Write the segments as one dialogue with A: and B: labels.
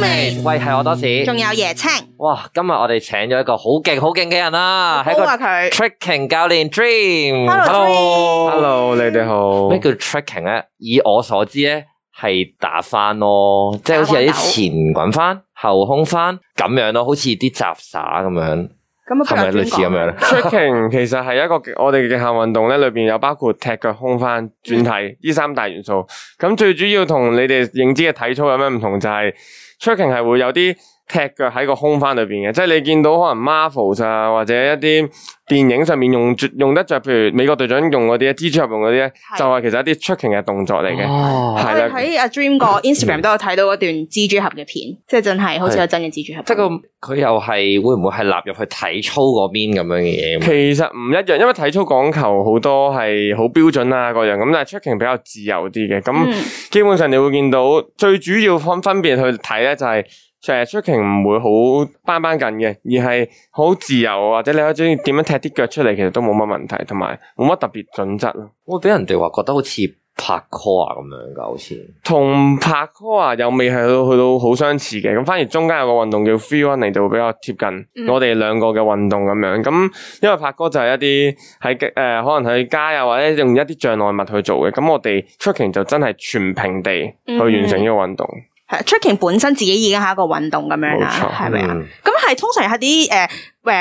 A: 味，
B: 喂，係我多士。
A: 仲有椰青，
B: 哇，今日我哋請咗一個好勁、好勁嘅人啦，係一
A: 高
B: 個嗯
A: 啊佢。
B: tricking 教練 Dream。
A: Hello，
C: Hello，你哋好。
B: 咩叫 tricking 咧？以我所知咧，係打翻咯，即係好似有
A: 打
B: 啲前滾翻、後空翻咁樣咯，好似啲雜耍咁樣，係
A: 咁啊，
B: 咪
A: 不如
B: 類似咁樣咧？
C: tricking 其實係一個我哋嘅極限運動咧，裏邊有包括踢腳、空翻、轉體呢三大元素。咁最主要同你哋認知嘅體操有咩唔同？就係、tricking 係會有啲踢腳喺個空翻裏邊嘅，即係你見到可能 Marvels 啊，或者一啲電影上面用著用得着，譬如美國隊長用嗰啲蜘蛛俠用嗰啲咧，
A: 係
C: 就係其實一啲 tricking 嘅動作嚟嘅。
B: 哦
C: 係
A: 我哋喺阿 Dream 個
B: 嗯
A: Instagram 都有睇到嗰段蜘蛛俠嘅片，即係真係好似有真嘅蜘蛛俠。嗯
B: 即係個佢又係會唔會係納入去體操嗰邊咁樣嘅嘢？
C: 其實唔一樣，因為體操講求好多係好標準啊各樣咁，但係 tricking 比較自由啲嘅。咁
A: 嗯
C: 基本上你會見到最主要分分別去睇咧，就係誒 tricking 唔會好班班緊嘅，而係好自由或者你可以中意點樣踢啲腳出嚟，其實都冇乜問題，同埋冇乜特別準則咯。
B: 會俾人哋話覺得好似拍 call 啊咁樣噶，好似
C: 同拍 call 啊又未係到去到好相似嘅，咁反而中間有個運動叫 free running 就會比較貼近
A: 嗯
C: 我哋兩個嘅運動咁樣。咁因為拍 call 就係一啲喺誒可能喺街啊或者用一啲障礙物去做嘅，咁我哋 tricking 就真係全平地去完成呢個運動。
A: 係 tricking 本身自己已經係一個運動咁樣啦，
C: 冇錯
A: 係咪啊？
B: 嗯
A: 咁係通常係啲誒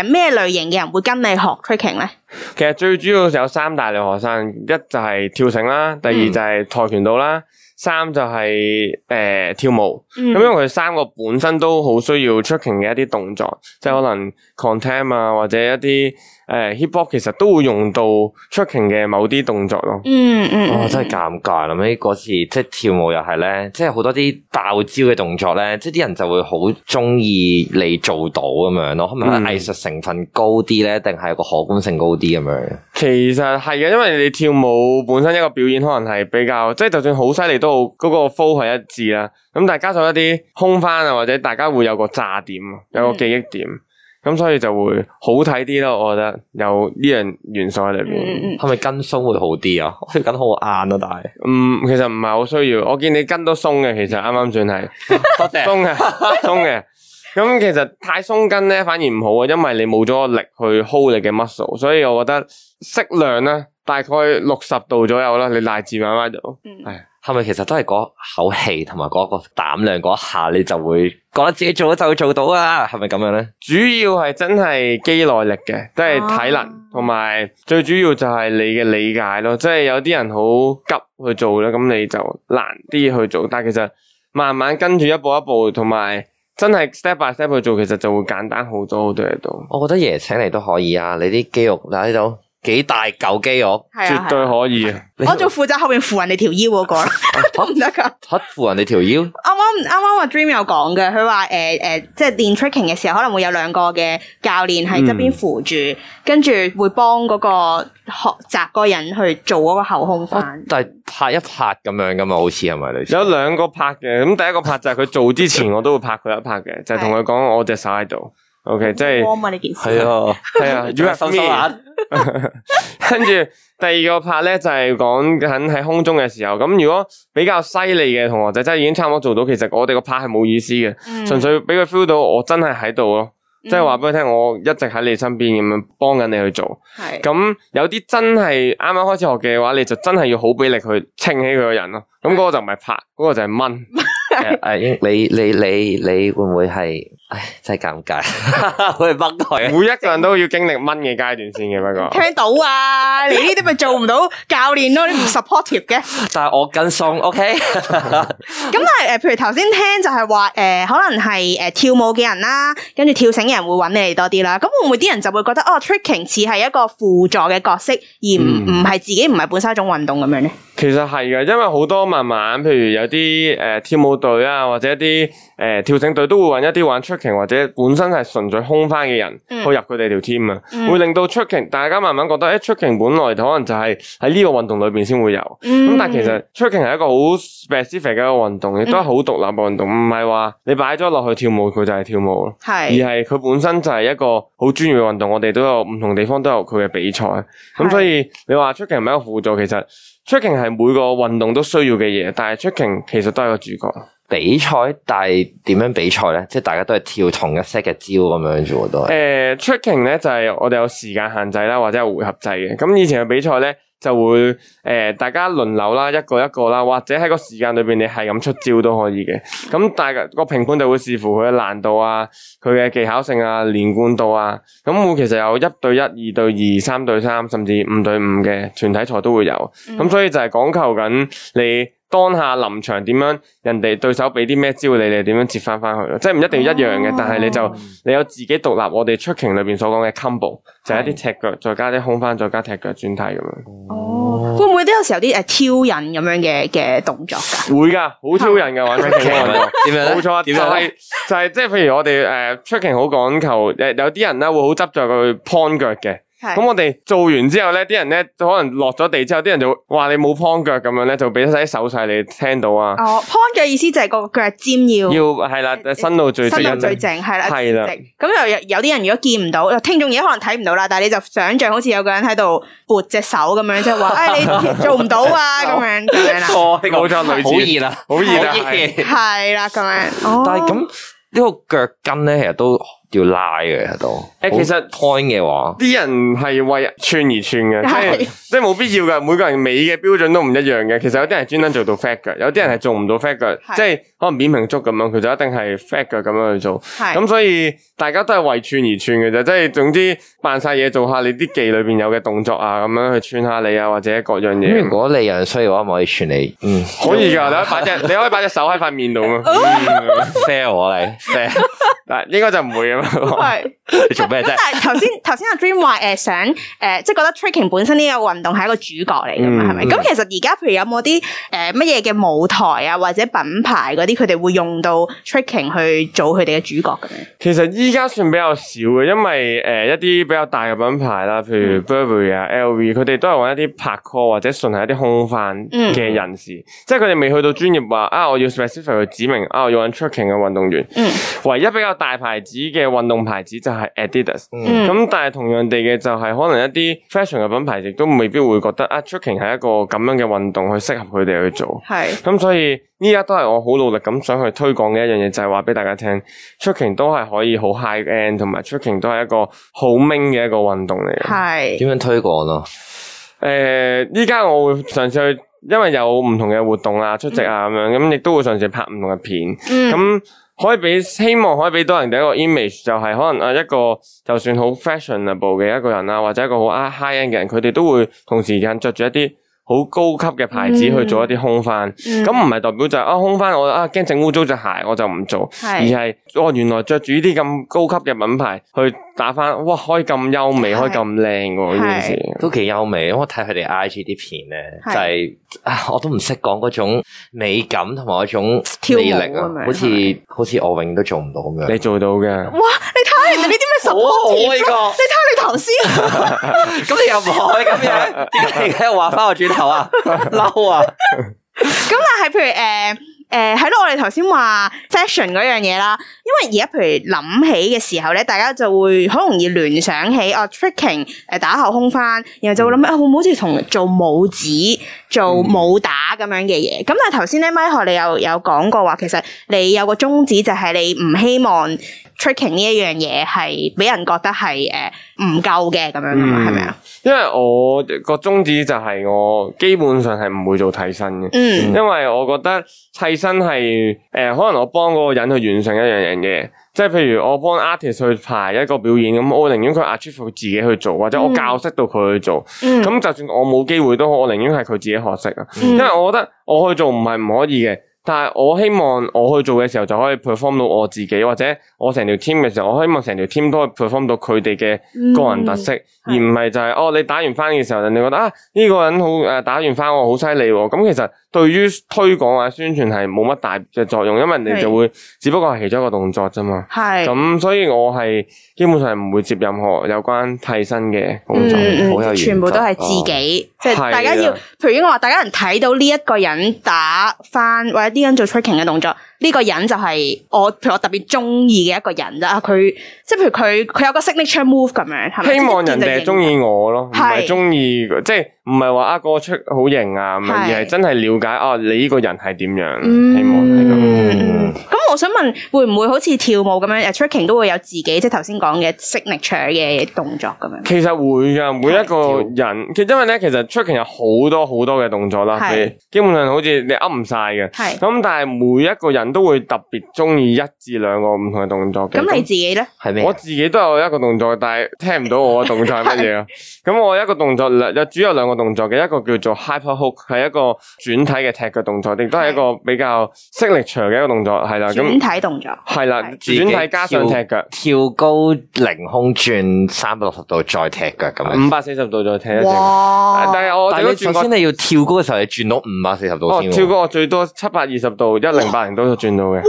A: 誒咩類型嘅人會跟你學 tricking 咧？
C: 其實最主要有三大類學生，一就係跳繩啦，第二
A: 嗯
C: 就係跆拳道啦，三就係、诶跳舞。
A: 嗯
C: 咁、因為佢三個本身都好需要 tricking 嘅一啲動作，即係可能 contem 啊，或者一啲誒、呃 hip hop，其實都會用到 tricking 嘅某啲動作咯。
A: 嗯嗯，
B: 哦，
A: 嗯
B: 真係尷尬啦！尾嗰次即係跳舞又係咧，即係好多啲爆招嘅動作咧，即係啲人就會好中意你做到咁樣咯。可能
C: 嗯
B: 藝術成分高啲咧，定係個可觀性高啲咁樣？
C: 其實係嘅，因為你跳舞本身一個表演可能係比較，即係就算好犀利都好，嗰、個 flow 係一致啦。咁但係加上一啲空翻啊，或者大家會有個炸點，有個記憶點，咁、所以就會好睇啲咯。我覺得有呢樣元素喺裏邊。
A: 嗯嗯
B: 係咪跟鬆會好啲啊？我 條筋好硬啊，但係
C: 嗯，其實唔係好需要。我見你跟都鬆嘅，其實啱啱算係
B: 多 謝
C: 鬆嘅，鬆嘅。咁其實太鬆筋咧反而唔好啊，因為你冇咗個力去 hold 你嘅 muscle，所以我覺得適量啦，大概六十度左右啦，你大致慢慢就
A: 嗯
C: 係
B: 係咪其實都係嗰口氣同埋嗰個膽量嗰一下，你就會覺得自己做到就會做到啊？係咪咁樣咧？
C: 主要係真係肌耐力嘅，即係體
A: 啊
C: 能，同埋、最主要就係你嘅理解咯。即係有啲人好急去做咧，咁你就難啲去做。但係其實慢慢跟住一步一步，同埋真係 step by step 去做，其實就會簡單好多好多嘢度，
B: 我覺得椰青你都可以啊！你啲肌肉嗱，呢度幾大嚿肌肉，
A: 係啊
C: 絕
A: 係
C: 對
A: 啊。
C: 可以。
B: 你
A: 我仲負責後面扶人哋條腰嗰 個啦，得唔得㗎？
B: 啊嚇扶人哋條
A: 啱
B: 腰。
A: 啱啱啱阿 Dream 有講嘅，佢話誒誒，即係練 tricking 嘅時候，可能會有兩個嘅教練
C: 嗯
A: 喺側邊扶住，跟住會幫嗰個學習嗰個人去做嗰個後空
B: 哦
A: 翻。
B: 但係拍一拍咁樣噶嘛，好似係咪類似？
C: 有兩個拍嘅，咁第一個拍就係佢做之前，我都會拍佢一拍嘅，就係同佢講我隻手喺度。OK，即係
A: warm 啊呢件事，
B: 啊，
C: 係啊，you have me。跟住第二個拍咧就係講緊喺空中嘅時候，咁如果比較犀利嘅同學仔真係已經差唔多做到，其實我哋個拍係冇意思嘅，
A: 嗯
C: 純粹俾佢 feel 到我真係喺度咯，即係話俾佢聽我一直喺你身邊咁樣幫緊你去做。
A: 係
C: 咁有啲真係啱啱開始學嘅話，你就真係要好俾力去撐起佢個人咯。咁嗰個就唔係拍，嗰個就係掹。
B: 誒誒應你你你你會唔會係？唉，真係尷尬， 我哋崩啊佢。
C: 每一個人都要經歷掹嘅階段先嘅，不過。
A: 聽到啊！你呢啲咪做唔到教練咯，你 唔 supportive 嘅。
B: 但係我跟鬆，OK。
A: 咁但係誒、呃譬如頭先聽就係話誒，可能係誒、呃跳舞嘅人啦，跟住跳繩嘅人會揾你哋多啲啦。咁會唔會啲人就會覺得哦，tricking 似係一個輔助嘅角色，而唔
C: 嗯
A: 唔係自己唔係本身一種運動咁樣咧？
C: 其實係嘅，因為好多慢慢，譬如有啲誒、呃跳舞隊啊，或者一啲誒、呃跳繩隊都會揾一啲玩 tricking 或者本身係純粹空翻嘅人、
A: 嗯
C: 去入佢哋條 team 啊，
A: 嗯
C: 會令到 tricking 大家慢慢覺得誒 tricking 本來可能就係喺呢個運動裏邊先會有，咁、
A: 嗯
C: 但係其實 tricking 係一個好 specific 嘅一個運動，亦都
A: 嗯
C: 係好獨立嘅運動，唔係話你擺咗落去跳舞佢就係跳舞咯。而
A: 係
C: 係佢本身就係一個好專業嘅運動，我哋都有唔同地方都有佢嘅比賽，
A: 係
C: 咁所以你話 tricking 唔係一個輔助，其實 tricking 係每個運動都需要嘅嘢，但係 tricking 其實都係一個主角。
B: 比賽，但係點樣比賽咧？即係大家都係跳同一 set 嘅招咁樣啫喎，都係。
C: 诶、t r i c k i n g 咧就係我哋有時間限制啦，或者有回合制嘅。咁以前嘅比賽咧就會诶、誒大家輪流啦，一個一個啦，或者喺個時間裏边你係咁出招都可以嘅。咁但係個評判就會視乎佢嘅難度啊、佢嘅技巧性啊、連貫度啊。咁會其實有一對一、二對二、三對三，甚至五對五嘅團體賽都會有。
B: 嗯
C: 咁、所以就係講求緊你。當下臨場點樣，人哋對手俾啲咩招你，你點樣接翻翻去咯？即係唔一定要一樣
B: 哦
C: 嘅，但係你就你有自己獨立，我哋出擎裏边所講嘅 combo 就係一啲踢
B: 嗯
C: 腳，再加啲空翻，再加踢腳轉體咁樣。
A: 哦，會唔會都有時有啲诶挑引咁樣嘅嘅动作㗎？
C: 會㗎，好挑人㗎玩出擎運動。
B: 點樣
C: 冇
B: 咧？
C: 錯啊，就
B: 點樣咧
C: 係就係即係譬如我哋诶出擎好講求诶，有啲人咧會好執着佢 p 腳嘅。
A: 係
C: 咁我哋做完之後咧，啲人咧可能落咗地之後，啲人就會話你冇 p 腳咁樣咧，就俾晒啲手勢你聽到啊。
A: 哦，point 嘅意思就係個腳尖要
C: 要係啦，伸到最
A: 伸到
C: 直
A: 最正，係啦，
C: 係啦
A: 直咁又有有啲人如果見唔到，聽眾而家可能睇唔到啦，但係你就想像好似有個人喺度撥隻手咁樣，即 係話，诶你做唔到啊咁樣咁樣啦，啊
B: 哦，呢個
C: 冇錯類似
B: 好易啦，
C: 好啊易啦
B: 好易
A: 係啦咁樣。 哦
B: 但係咁呢個腳筋咧，其實都要拉嘅喺度。
C: 誒其實
B: point 嘅話，
C: 啲人係為串而串嘅，即係
A: 係
C: 即係冇必要噶。每個人美嘅標準都唔一樣嘅。其實有啲人係專登做到 fat 腳，有啲人係做唔到 fat 腳，
A: 係
C: 即係可能扁平足咁樣，佢就一定係 fat 腳咁樣去做。
A: 係
C: 咁所以大家都係為串而串嘅啫，即係總之扮晒嘢做下你啲技裏邊有嘅動作啊，咁樣去串下你啊，或者各樣
B: 咁如
C: 嘢。
B: 果你有人需要嘅話，咪可以傳你。嗯
C: 可以㗎，你可以擺隻你可以擺隻手喺塊面度啊。
B: ，fail 我你 fail，
C: 但應該就唔會啊嘛。
A: 係
B: 你做咩
A: 咁
B: 啫？
A: 但係頭 先頭先阿 Dream 話誒想誒，即係覺得 tricking 本身呢個運動係一個主角嚟㗎嘛，
C: 嗯
A: 係咪？咁其實而家譬如有冇啲誒乜嘢嘅舞台啊，或者品牌嗰啲，佢哋會用到 tricking 去做佢哋嘅主角咁樣？
C: 其實依家算比較少嘅，因為誒、呃一啲比較大嘅品牌啦，譬
A: 嗯
C: 如 Burberry 啊、LV，佢哋都係揾一啲拍 call 或者純係一啲空泛嘅人士，
A: 嗯
C: 即係佢哋未去到專業話啊，我要 specific 去指明啊，我要揾 tracking 嘅運動員。
A: 嗯
C: 唯一比較大牌子嘅運動牌子就係 Adidas。
A: 嗯
C: 咁但係同樣地嘅就係可能一啲 fashion 嘅品牌亦都未必會覺得啊 tracking 係一個咁樣嘅運動去適合佢哋去做。
A: 係
C: 咁所以依家都係我好努力咁想去推廣嘅一樣嘢，就係話俾大家聽，tricking 都係可以好 high end，同埋 tricking 都係一個好 min 嘅一個運動嚟嘅。
A: 係。
B: 點樣推廣 啊？
C: 誒，依家我會嘗試去，因為有唔同嘅活動啊、出席啊咁樣，咁亦都會嘗試拍唔同嘅片。
A: 嗯
C: 咁可以俾希望可以俾到人哋一個 image，就係可能啊一個就算好 fashionable 嘅一個人啦，或者一個好 high end 嘅人，佢哋都會同時間着住一啲好高級嘅牌子去做一啲空翻。
A: 嗯
C: 咁唔係代表就係、啊空翻我啊驚整污糟隻鞋我就唔做，而
A: 係
C: 係哦原來着住呢啲咁高級嘅品牌去打翻，哇可以咁優美，
A: 係
C: 可以咁靚喎呢件事。
B: 都幾優美，因為我睇佢哋 I G 啲片咧，
A: 係
B: 就係啊，我都唔識講嗰種美感同埋嗰種
A: 跳舞
B: 魅力啊
A: 咁，樣
B: 好似好似我永遠都做唔到咁 樣。
C: 你做到嘅，
A: 哇！你睇下人哋呢啲咩 support，你睇
C: 啊
B: 個，
A: 下你啊頭先，
B: 咁你又唔可以咁樣，點解 你而家又話翻我轉 頭啊？嬲
A: 咁
B: 啊！
A: 啊但係譬如诶诶係咯，我哋頭先話 fashion 嗰樣嘢啦，因為而家譬如諗起嘅時候咧，大家就會好容易聯想起哦 tricking 诶打後空翻，然後就
C: 嗯
A: 會諗啊會唔會好似同做武指、做武打咁樣嘅嘢？咁但係頭先咧，Michael 你又有講過話，其實你有個宗旨就係你唔希望 tricking 呢一樣嘢係俾人覺得係诶唔夠嘅咁樣噶嘛，
C: 嗯
A: 係咪啊？
C: 因為我個宗旨就係我基本上係唔會做替身嘅。
A: 嗯。
C: 因為我覺得替身係誒、呃可能我幫嗰個人去完成一樣嘢，即係譬如我幫 artist 去排一個表演咁，我寧願佢 achieve 佢自己去做，或者我
A: 嗯
C: 教識到佢去做。
A: 嗯
C: 咁、就算我冇機會都好，我寧願係佢自己學識啊。
A: 嗯
C: 因為我覺得我去做唔係唔可以嘅。但係我希望我去做嘅時候就可以 perform 到我自己，或者我成條 team 嘅時候，我希望成條 team 都可以 perform 到佢哋嘅
A: 嗯
C: 個人特色，而唔係就係、哦，你打完翻嘅時候，人哋覺得啊呢、個人好誒、呃打完翻我好犀利喎。咁其實對於推廣或者宣傳係冇乜大嘅作用，因為
A: 係
C: 你就會只不過係其中一個動作啫嘛。
A: 係。
C: 咁所以我係基本上係唔會接任何有關替身嘅工作。
A: 嗯
B: 好有啊原
A: 嗯，
B: 則
A: 全部都係自己，即係
C: 係啊
A: 大家要，譬如我話大家人睇到呢一個人打翻或者呢個人做 tricking 嘅動作，呢個人就係我，譬如我特別中意嘅一個人啫。啊佢即係譬如佢佢有個 signature move 咁樣，係咪？
C: 希望人哋係中意
A: 我。
C: 我咯，唔係
A: 係
C: 中意即係唔係話啊嗰個出好型啊，咁樣而
A: 係
C: 係真係了解啊你呢個人係點樣，
A: 嗯
C: 希望係咁。
A: 嗯咁我想問，會唔會好似跳舞咁樣誒 tricking 都會有自己即係頭先講嘅 signature 嘅動作咁樣？
C: 其實會噶，每一個人，其因為咧，其實 tricking 有好多好多嘅動作啦，
A: 係
C: 你基本上好似你噏唔晒嘅。
A: 係。
C: 咁但係每一個人都會特別中意一至兩個唔同嘅動作嘅。
A: 咁你自己咧？
B: 系咩
C: 我
B: 啊？
C: 自己都有一個動作，但係聽唔到我嘅動作係乜 嘢啊？咁我有一個動作兩有主要有兩個動作嘅，一個叫做 hyper hook，係一個轉體嘅踢嘅動作，亦都係一個比較 signature 嘅一個動作，係啦。
A: 轉
C: 啊咁
A: 體動作。
C: 係啦，
A: 係
B: 自己
C: 轉體加上踢腳，
B: 跳高凌空轉三百六十度再踢腳咁樣。
C: 五百四十度再踢一隻。
A: 哇！
C: 但嗯啊係我
B: 但
C: 哋
B: 係
C: 都
B: 你
C: 轉
B: 首
C: 過
B: 先你要跳高嘅時候，你轉到五百四十度
C: 哦，
B: 先
C: 跳
B: 喎。
C: 過我最多七百二十度，一零八零都轉到嘅。
A: 哇！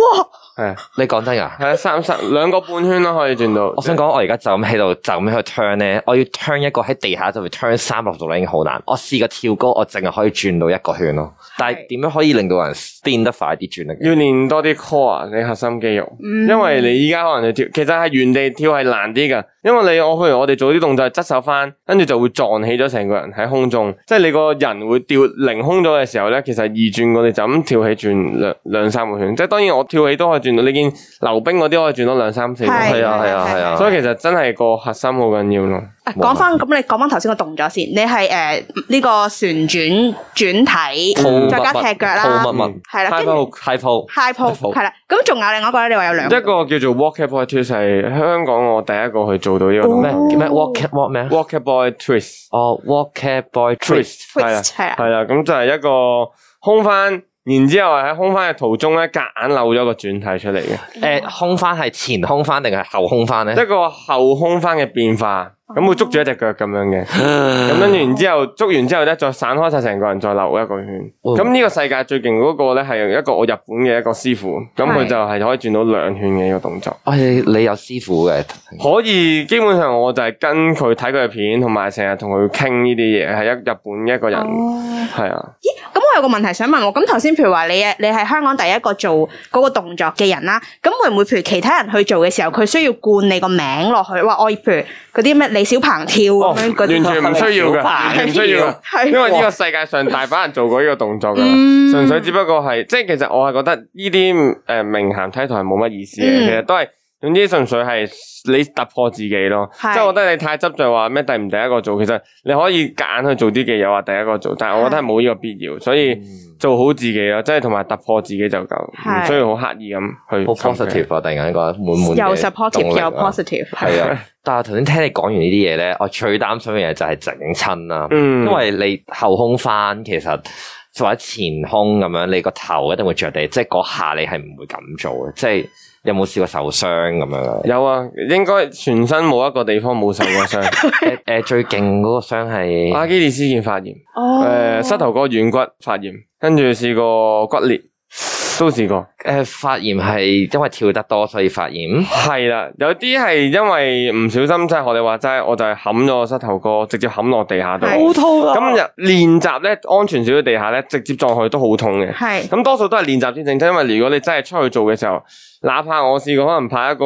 C: 係
B: 你講真噶？
C: 係啊，三三兩個半圈咯，可以轉到。
B: 我想講，我而家就咁喺度，就咁喺度 turn 咧，我要 turn 一個喺地下就會 turn 三百六十度咧，已經好難。我試過跳高，我淨係可以轉到一個圈咯。但係點樣可以令到人變得快啲轉啊得？
C: 要練多啲 core 啊你核心肌肉，
A: 嗯
C: 因為你依家可能你跳，其實係原地跳係難啲噶，因為你我譬如我哋做啲動作係側手翻，跟住就會撞起咗成個人喺空中，即係你個人會掉凌空咗嘅時候咧，其實二轉我哋就咁跳起轉兩兩三個圈，即係當然我跳起都可以轉到，你見溜冰嗰啲可以轉到兩三四個
A: 係
C: 圈，
B: 係啊係啊係啊！
C: 所以其實真係個核心好緊要咯。
A: 啊講翻咁，你講翻頭先個動作先，你係誒呢個旋轉轉體，嗯再加踢腳啦嗯
B: 套，乜乜
A: 係啦，跟住
C: High pole
B: high pull
A: high pull
B: high pull
A: 係啦，咁仲有另外一個咧，你話有兩
C: 一個叫做 Walker Boy Twist 係香港我第一個去做到呢個動
B: 咩
C: 作
A: 哦
B: 咩 walk cat walk 咩啊？
C: Walker Boy Twist
B: 哦 walk cat boy twist。
C: twist 係啦啊
A: twist 係
C: 系
A: 啦，
C: 啦，咁就係一個空翻，然之后喺空翻嘅途中咧，夾硬漏咗個轉體出嚟嘅，
B: 誒空翻係前空翻定係後空翻咧？
C: 一個後空翻嘅變化，
A: 哦
C: 咁會捉住一隻腳咁樣嘅，咁跟住然之后捉完之後咧，再散開晒成個人，再溜一個圈。
B: 哦
C: 咁呢個世界最勁嗰個咧，係一個我日本嘅一個師傅，咁佢
A: 係
C: 就係可以轉到兩圈嘅一個動作。
B: 哎，你有師傅嘅，
C: 可以，基本上我就係跟佢睇佢嘅片，同埋成日同佢傾呢啲嘢，係一日本一個人，
A: 哦
C: 係啊，
A: 咁我有個問題想問喎，咁頭先譬如話你呃你係香港第一個做嗰個動作嘅人啦，咁會唔會譬如其他人去做嘅時候，佢需要冠你個名落去？哇！我譬如嗰啲咩李小鵬跳
C: 哦
A: 咁樣嗰
C: 完全
A: 啲，
C: 唔需要嘅，完 全唔需要嘅。
A: 係
C: 因為呢個世界上大把人做過呢個動作噶，
A: 哎嗯
C: 純粹只不過係，即係其實我係覺得呢啲诶名衔梯台係冇乜意思嘅，
A: 嗯
C: 其實都係總之純粹係你突破自己咯。即
A: 係
C: 係我覺得你太執着話咩第唔第一個做，其實你可以夾硬去做啲嘅嘢話第一個做，但係我覺得係冇呢個必要，所以
B: 嗯
C: 做好自己咯，即係同埋突破自己就夠，唔
A: 係
C: 需要好刻意咁去。
B: 好 positive 啊！突然間覺得滿滿
A: 又
B: 嘅
A: supportive
B: 動力啊
A: 又 positive，
B: 係啊！但係頭先聽你講完呢啲嘢咧，我最擔心嘅嘢就係整親啦，
C: 嗯
B: 因為你後空翻其實。或者前空咁樣，你個頭一定會着地，即係嗰下你係唔會咁做嘅。即係有冇試過受傷咁樣 啊？
C: 有啊，應該全身冇一個地方冇受過 傷。
B: 誒、誒最勁嗰個傷係
C: 阿基里斯腱發炎。
A: 哦
C: 诶、呃膝頭哥軟骨發炎，跟住試過骨裂，都試過。
B: 誒發炎係因為跳得多所以發炎。
C: 係啦，有啲係因為唔小心，即係我哋話齋，我就係冚咗個膝頭哥，直接冚落地下度。
A: 係好
B: 痛
C: 咁日練習咧，安全少少地下咧，直接撞去都好痛嘅。
A: 係
C: 咁多數都係練習先整親，因為如果你真係出去做嘅時候，哪怕我試過可能拍一個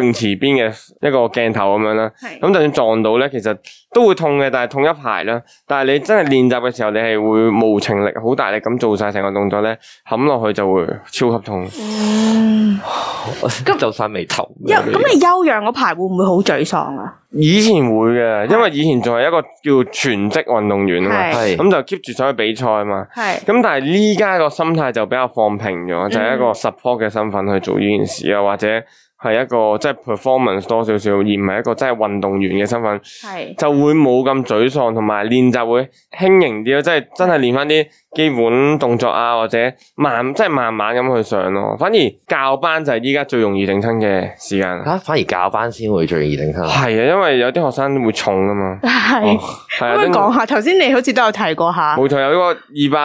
C: 泳池邊嘅一個鏡頭咁樣啦，
A: 係
C: 咁就算撞到咧，其實都會痛嘅，但係痛一排啦。但係你真係練習嘅時候，你係會無情力、好大力咁做晒成個動作咧，冚落去就會超級痛。
A: 嗯，
B: 咁皺晒眉頭。
A: 休咁你休養嗰排會唔會好沮喪啊？
C: 以前會嘅，因為以前仲係一個叫全職運動員啊嘛，
B: 係
C: 咁就 keep 住想去比賽啊嘛。
A: 係
C: 咁但係呢家個心態就比較放平咗，就係一個 support 嘅身份去做呢件事啊，或者係一個即係 performance 多少少，而唔係一個真係運動員嘅身份，
A: 係
C: 就會冇咁沮喪，同埋練習會輕盈啲咯，即係真係練翻啲基本動作啊，或者慢即係慢慢咁去上咯。反而教班就係依家最容易整親嘅時間啦。
B: 吓，反而教班先會最易整親。
C: 係啊，因為有啲學生會重啊嘛，
A: 係。
C: 係
A: 可唔
C: 啊，
A: 可以
C: 跟住
A: 講下？頭先你好似都有提過下，
C: 冇錯，有一個二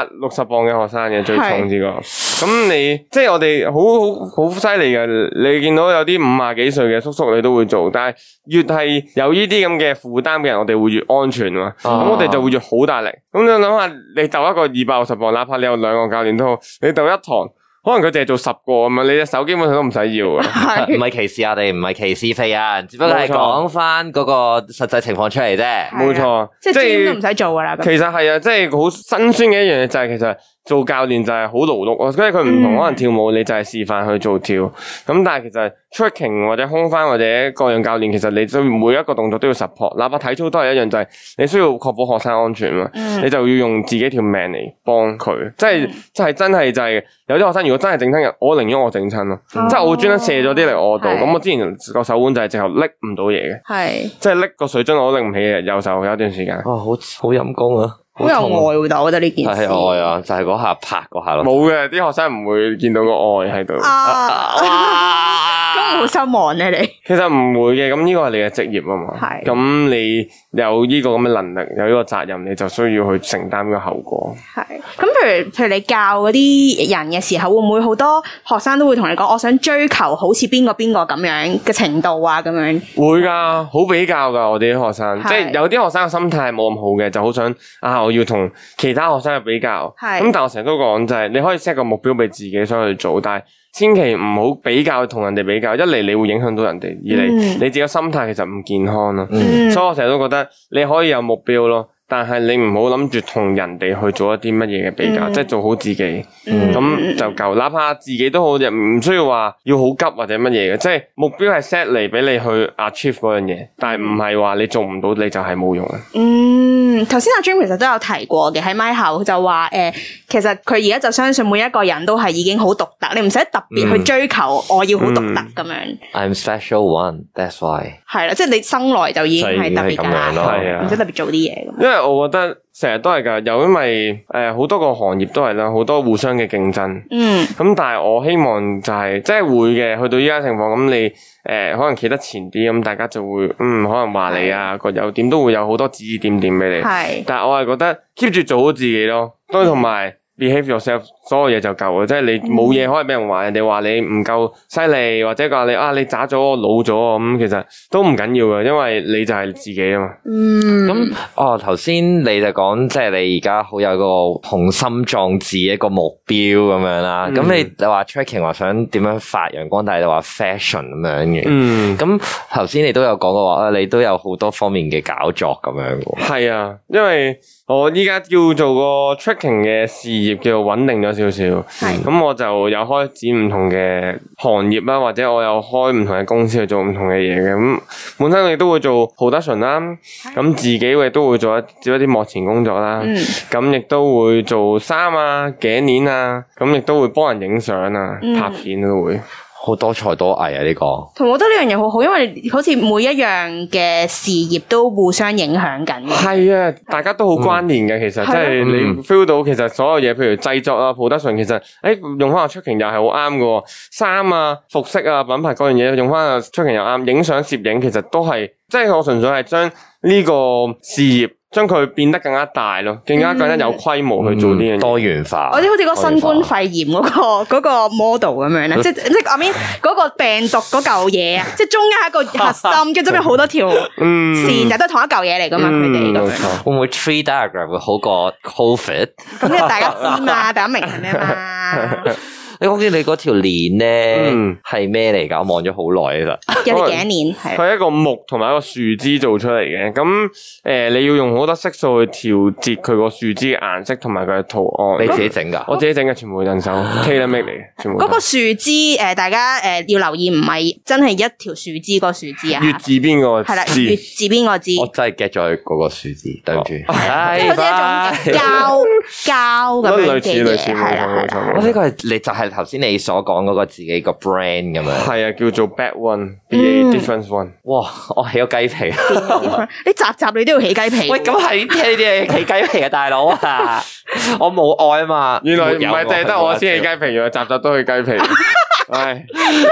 C: 百六十磅嘅學生嘅最重
A: 啊係
C: 呢個。咁你即係我哋好好好犀利嘅，你見到有啲五廿幾歲嘅叔叔你都會做，但係越係有呢啲咁嘅負擔嘅人，我哋會越安全啊嘛。咁、
A: 啊
B: 哦
C: 我哋就會越好大力。咁你諗下，你鬥一個二百六十磅，哪怕你有兩個教練都好，你鬥一堂。可能佢淨係做十個咁樣，你隻手基本上都唔使要啊嘅。
A: 係
B: 唔係歧視啊，我哋唔係歧視肥人，只不過係
C: 冇錯
B: 講翻嗰個實際情況出嚟啫。
A: 係啊
C: 冇錯，
A: 即系
C: 係
A: gym 都唔使做噶啦。咁
C: 其實係啊，即係好辛酸嘅一樣嘢就係其實做教練就係好勞碌咯，因為佢唔
A: 嗯
C: 同可能跳舞你就係示範去做跳，咁但係其實 tracking 或者空翻或者各樣教練，其實你都每一個動作都要 support，哪怕體操都係一樣，就係、你需要確保學生安全嘛，
A: 嗯
C: 你就要用自己條命嚟幫佢，即係即係真係就係、有啲學生如果真係整親人，我寧願我整親咯，
A: 哦
C: 即係我會專登射咗啲嚟我度，
A: 係
C: 咁我之前個手腕就係直頭拎唔到嘢嘅，
A: 系
C: 即係拎個水樽我都拎唔起嘅右手有一段時間。
B: 哦，好好阴功啊，
A: 好有愛喎，但我覺得呢件
B: 系
A: 事
B: 愛啊，就係嗰下拍嗰下咯。
C: 冇嘅，啲學生唔會見到個愛喺度。
A: Ờ. 啊，咁會唔會
B: 哇！
A: 好失望咧，你
C: 其實唔會嘅，咁呢個係你嘅職業啊嘛。
A: 係
C: 咁你有呢個咁嘅能力，有呢個責任，你就需要去承擔呢個後果。
A: 係咁，譬如譬如你教嗰啲人嘅時候，會唔會好多學生都會同你講，我想追求好似邊個邊個咁樣嘅程度啊，咁樣
C: 會㗎，好比較㗎，我哋啲學生，
A: 係
C: 即係有啲學生嘅心態冇咁好嘅，就好想啊，我要同其他學生去比較。
A: 係
C: 咁但我成日都講就係，你可以 set 個目標俾自己想去做，但係千祈唔好比較同人哋比較，一嚟你會影響到人哋，二嚟
A: 嗯
C: 你自己嘅心態其實唔健康咯。
B: 嗯
A: 嗯
C: 所以我成日都覺得你可以有目標咯，但係你唔好諗住同人哋去做一啲乜嘢嘅比較，
A: 嗯
C: 即係做好自己，
A: 嗯
C: 咁就夠。哪怕自己都好，就唔需要話要好急或者乜嘢嘅，即係目標係 set 嚟俾你去 achieve 嗰樣嘢，但係唔係話你做唔到你就係冇用啊。
A: 嗯，頭先阿 Jim 其實都有提過嘅，喺咪後就話誒、其實佢而家就相信每一個人都係已經好獨特，你唔使特別去追求我要好獨
B: 嗯
A: 特咁樣，
B: ，I'm special one，that's why。
A: 係啦、即係你生來就已經係特別
B: 就已經係咁樣
A: 㗎
B: 咯
A: 啦，
C: 係啊
A: 唔使特別做啲嘢咁。
C: 因為我覺得成日都係㗎，又因為誒好、多個行業都係啦，好多互相嘅競爭。
A: 嗯
C: 咁但係我希望就係、即係會嘅，去到依家情況咁你誒、呃可能企得前啲，咁大家就會嗯可能話你啊個優點都會有好多指指點點俾你。
A: 係
C: 但係我係覺得 keep 住做好自己咯，都同埋 behave yourself，所有嘢就夠啦。即係你冇嘢可以俾人話，人哋話你唔夠犀利，或者話你啊你渣咗我老咗我咁，其實都唔緊要嘅，因為你就係自己啊嘛。
A: 嗯
B: 咁哦，頭先你就講即係你而家好有個雄心壯志一個目標咁樣啦。咁、
C: 嗯
B: 你你話 tracking 話想點樣發揚光大，就話 fashion 咁樣嘅。
C: 嗯。
B: 咁頭先你都有講過話，啊你都有好多方面嘅搞作咁樣嘅。
C: 係啊，因為我依家叫做個 tracking 嘅事業叫做穩定咗少少，
A: 係
C: 咁我就有開展唔同嘅行業啊啦，或者我有開唔同嘅公司去做唔同嘅嘢嘅。咁本身我亦都會做 production 啦，咁自己亦都會做一做一啲幕前工作啦，
B: 啊
A: 嗯
C: 咁亦都會做衫啊、頸鏈啊，咁亦都會幫人影相啊、
A: 嗯
C: 拍片都會。
B: 好多才多藝啊！呢、個
A: 同埋我覺得呢樣嘢好好，因為好似每一樣嘅事業都互相影響緊嘅。
C: 係啊，大家都好關聯嘅，其實
A: 係
C: 即
A: 咯
C: 係
B: 嗯
C: 你 feel 到其實所有嘢，譬如製作啊、production，其實誒用翻個出勤又係好啱嘅喎，衫啊、服飾啊、品牌嗰樣嘢用翻個出勤又啱，影相、攝影其實都係，即係我純粹係將呢個事業將佢變得更加大咯，更加
A: 嗯
C: 更加有規模去做呢樣嘢。
B: 多元化。
A: 我哋好似嗰個新冠
B: 多元化
A: 肺炎嗰、 個嗰、個 model 咁樣 咧，即即即 I mean 嗰個病毒嗰嚿嘢啊，即中間係一個 核心，跟住側邊好多條
C: 嗯，
A: 線，但都係同一嚿嘢嚟噶嘛，佢哋咁
C: 嗯冇
A: 樣。
C: 錯。
B: 會唔會 tree diagram 會好過 covid？
A: 咁呢個大家知嘛， 大家明係咩嘛？
B: 你講緊你嗰條鏈咧
C: 嗯
B: 係咩嚟㗎？我望咗好耐其實。
A: 有啲頸鏈係
C: 佢係一個木同埋一個樹枝做出嚟嘅，咁诶、誒你要用好多色素去調節佢個樹枝嘅顏色同埋佢嘅圖案。
B: 你自己整㗎？
C: 我自己整嘅全部人手 K 得 make 嚟嘅，全部
A: 嗰個樹枝誒，呃大家誒要留意，唔係真係一條樹枝個樹枝啊，
C: 月字邊個
A: 係啦，
C: 字
A: 月字邊個枝。
B: 我真係 get 咗嗰個樹字，對唔住。
C: 哦
A: 即係好似一 種膠膠咁樣
C: 類似
A: 嘅
C: 類
A: 嘢，
C: 似
A: 係
C: 冇錯
A: 啦係
C: 冇
A: 啦。
B: 我
C: 錯，
B: 呢個係你就係頭先你所講嗰個自己個 brand 咁樣。
C: 係啊，叫做 bad one B A
A: 嗯
C: difference one。
B: 哇！我起咗雞 皮。啊
A: 你集集你都要起雞皮，
B: 喂，咁係呢啲嘢起雞皮啊，大佬 啊！我冇愛啊嘛。啊
C: 原來唔
B: 沒有愛
C: 係淨係得我先起雞皮，原來集集都起雞 皮。唉，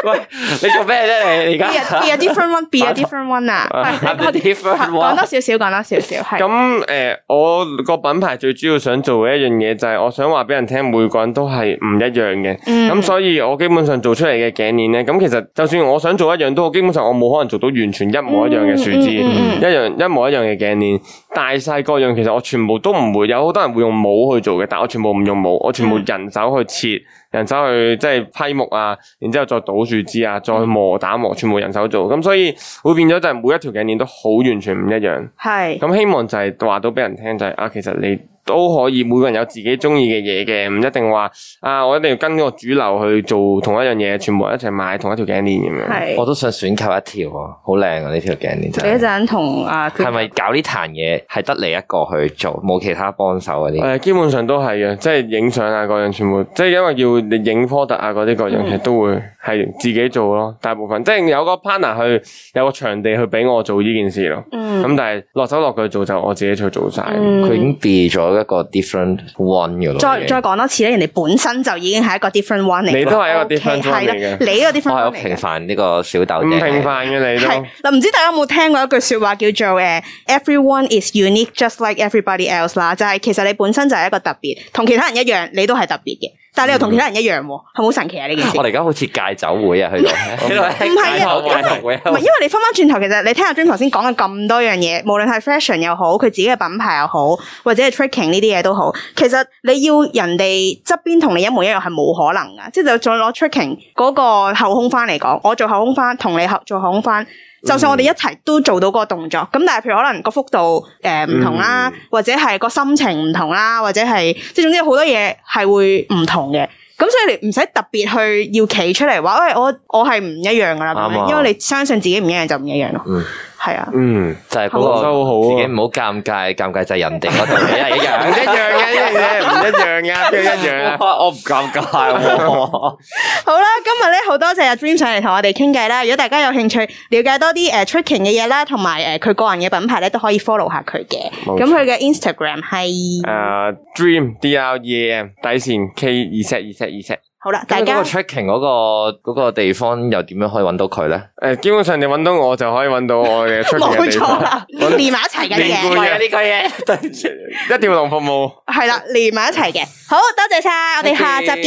B: 喂，你做咩啫？你
A: be
B: 而
A: a
B: 家
A: be a different one，be a different one 啊！
B: I'm the
A: 講
B: different
A: 多
B: one
A: 少少，講多少少，係
C: 咁诶，呃我個品牌最主要想做嘅一樣嘢就係，我想話俾人聽，每個人都係唔一樣嘅。
A: 嗯
C: 咁所以我基本上做出嚟嘅頸鏈咧，咁其實就算我想做一樣都好，基本上我冇可能做到完全一模一樣嘅樹枝，
A: 嗯嗯嗯嗯
C: 一樣一模一樣嘅頸鏈。大細各樣，其實我全部都唔會。有好多人會用帽去做嘅，但我全部唔用帽，我全部
A: 嗯
C: 人手去切，人手去即係批木啊，然之後再倒樹枝啊，再磨打磨，全部人手做。咁所以會變咗就係每一條頸鏈都好完全唔一樣。
A: 係
C: 咁希望就係話到俾人聽就係、啊，其實你都可以每個人有自己中意嘅嘢嘅，唔一定話啊，我一定要跟個主流去做同一樣嘢，全部人一齊買同一條頸鏈咁樣。
A: 係
B: 我都想選購一條啊，好靚啊！呢條頸鏈
A: 你一
B: 真係。
A: 陣同啊，
B: 係咪搞呢壇嘢係得你一個去做，冇其他幫手嗰
C: 誒、
B: 啲？
C: 基本上都係嘅，即係影相啊嗰樣，全部即係因為要你影 p r o d u 啊嗰啲嗰樣，
A: 嗯
C: 其實都會係自己做咯，大部分即係有個 partner 去有個場地去俾我做呢件事咯。咁、
A: 嗯
C: 但係落手落腳做就我自己去做晒。
B: 佢已
A: 嗯
B: 經避咗一個 different one 嘅咯。
A: 再
B: 已經
A: 再講多次咧，人哋本身就已經係一個 different one 嚟㗎，
C: 你都係一個 different
A: OK，
C: one
A: 係啦
C: 嚟嘅
A: 你一個
B: 我
A: different
B: 係好
A: one 嚟啊
B: 平
A: 嘅。
B: 凡呢個小豆
C: 唔
B: 姐。
C: 平凡嘅你都
A: 係嗱，唔知大家有冇聽過一句説話叫做誒，everyone is unique just like everybody else 啦，就係其實你本身就係一個特別，同其他人一樣，你都係特別嘅，但係
C: 嗯
A: 你又同其他人一樣喎，係咪好神奇啊呢件事
B: 我？哋而家好似戒酒會啊， 去到喺度
A: 唔係啊
B: 戒酒會啊
A: 唔係，因為你翻翻轉頭，其實你聽阿 Dream 頭先講嘅咁多樣嘢，無論係 fashion 又好，佢自己嘅品牌又好，或者係 tricking 呢啲嘢都好，其實你要人哋側邊同你一模一樣係冇可能噶，即係就再攞 tricking 嗰個後空翻嚟講，我做後空翻同你合做後空翻。就算我哋一齊都做到嗰個動作，咁但係譬如可能個幅度誒唔同啦，或者係個心情唔同啦，或者係即係總之有好多嘢係會唔同嘅。咁所以你唔使特別去要企出嚟話，喂我我係唔一樣噶啦，咁
B: 啱
A: 樣
B: 啊
A: 因為你相信自己唔一樣就唔一樣咯。
B: 嗯
A: 係啊，
C: 嗯，
B: 就係
C: 我覺得好好
B: 嗰個
C: 啊
B: 自己唔好尷尬，尷尬就係人哋嗰度一
C: 唔
B: 樣
C: 一。樣嘅呢樣嘢，唔一樣嘅，邊 一樣啊？
B: 我唔尷尬喎，
A: 好啦，今日咧好多謝阿 Dream 上嚟同我哋傾偈啦。如果大家有興趣了解多啲誒 tricking 嘅嘢啦，同埋誒呃佢個人嘅品牌咧，都可以 follow 下佢嘅。
C: 冇
A: 咁佢嘅 Instagram 係、
C: 誒 Dream D 啊 R E M 底線 K 二 set 二 set 二 set。
A: 好啦， 大
B: 咁嗰
A: 家
B: 個 tracking 嗰個嗰個地方又點樣可以揾到佢咧？
C: 誒，基本上你揾到我就可以揾到我嘅出
A: 冇
C: 嘅地
A: 錯啊
C: 方，
A: 啦，
B: 啊
A: 連埋一齊嘅啲
C: 連
A: 嘢。
C: 貫嘅
B: 個嘢，對唔住，
C: 一條龍服務。
A: 系啦，連埋一齊嘅。好多謝晒，我哋下集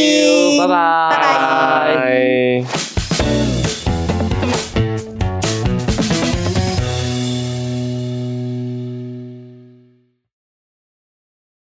A: 見，
B: 拜拜，
A: 拜拜。
C: 拜。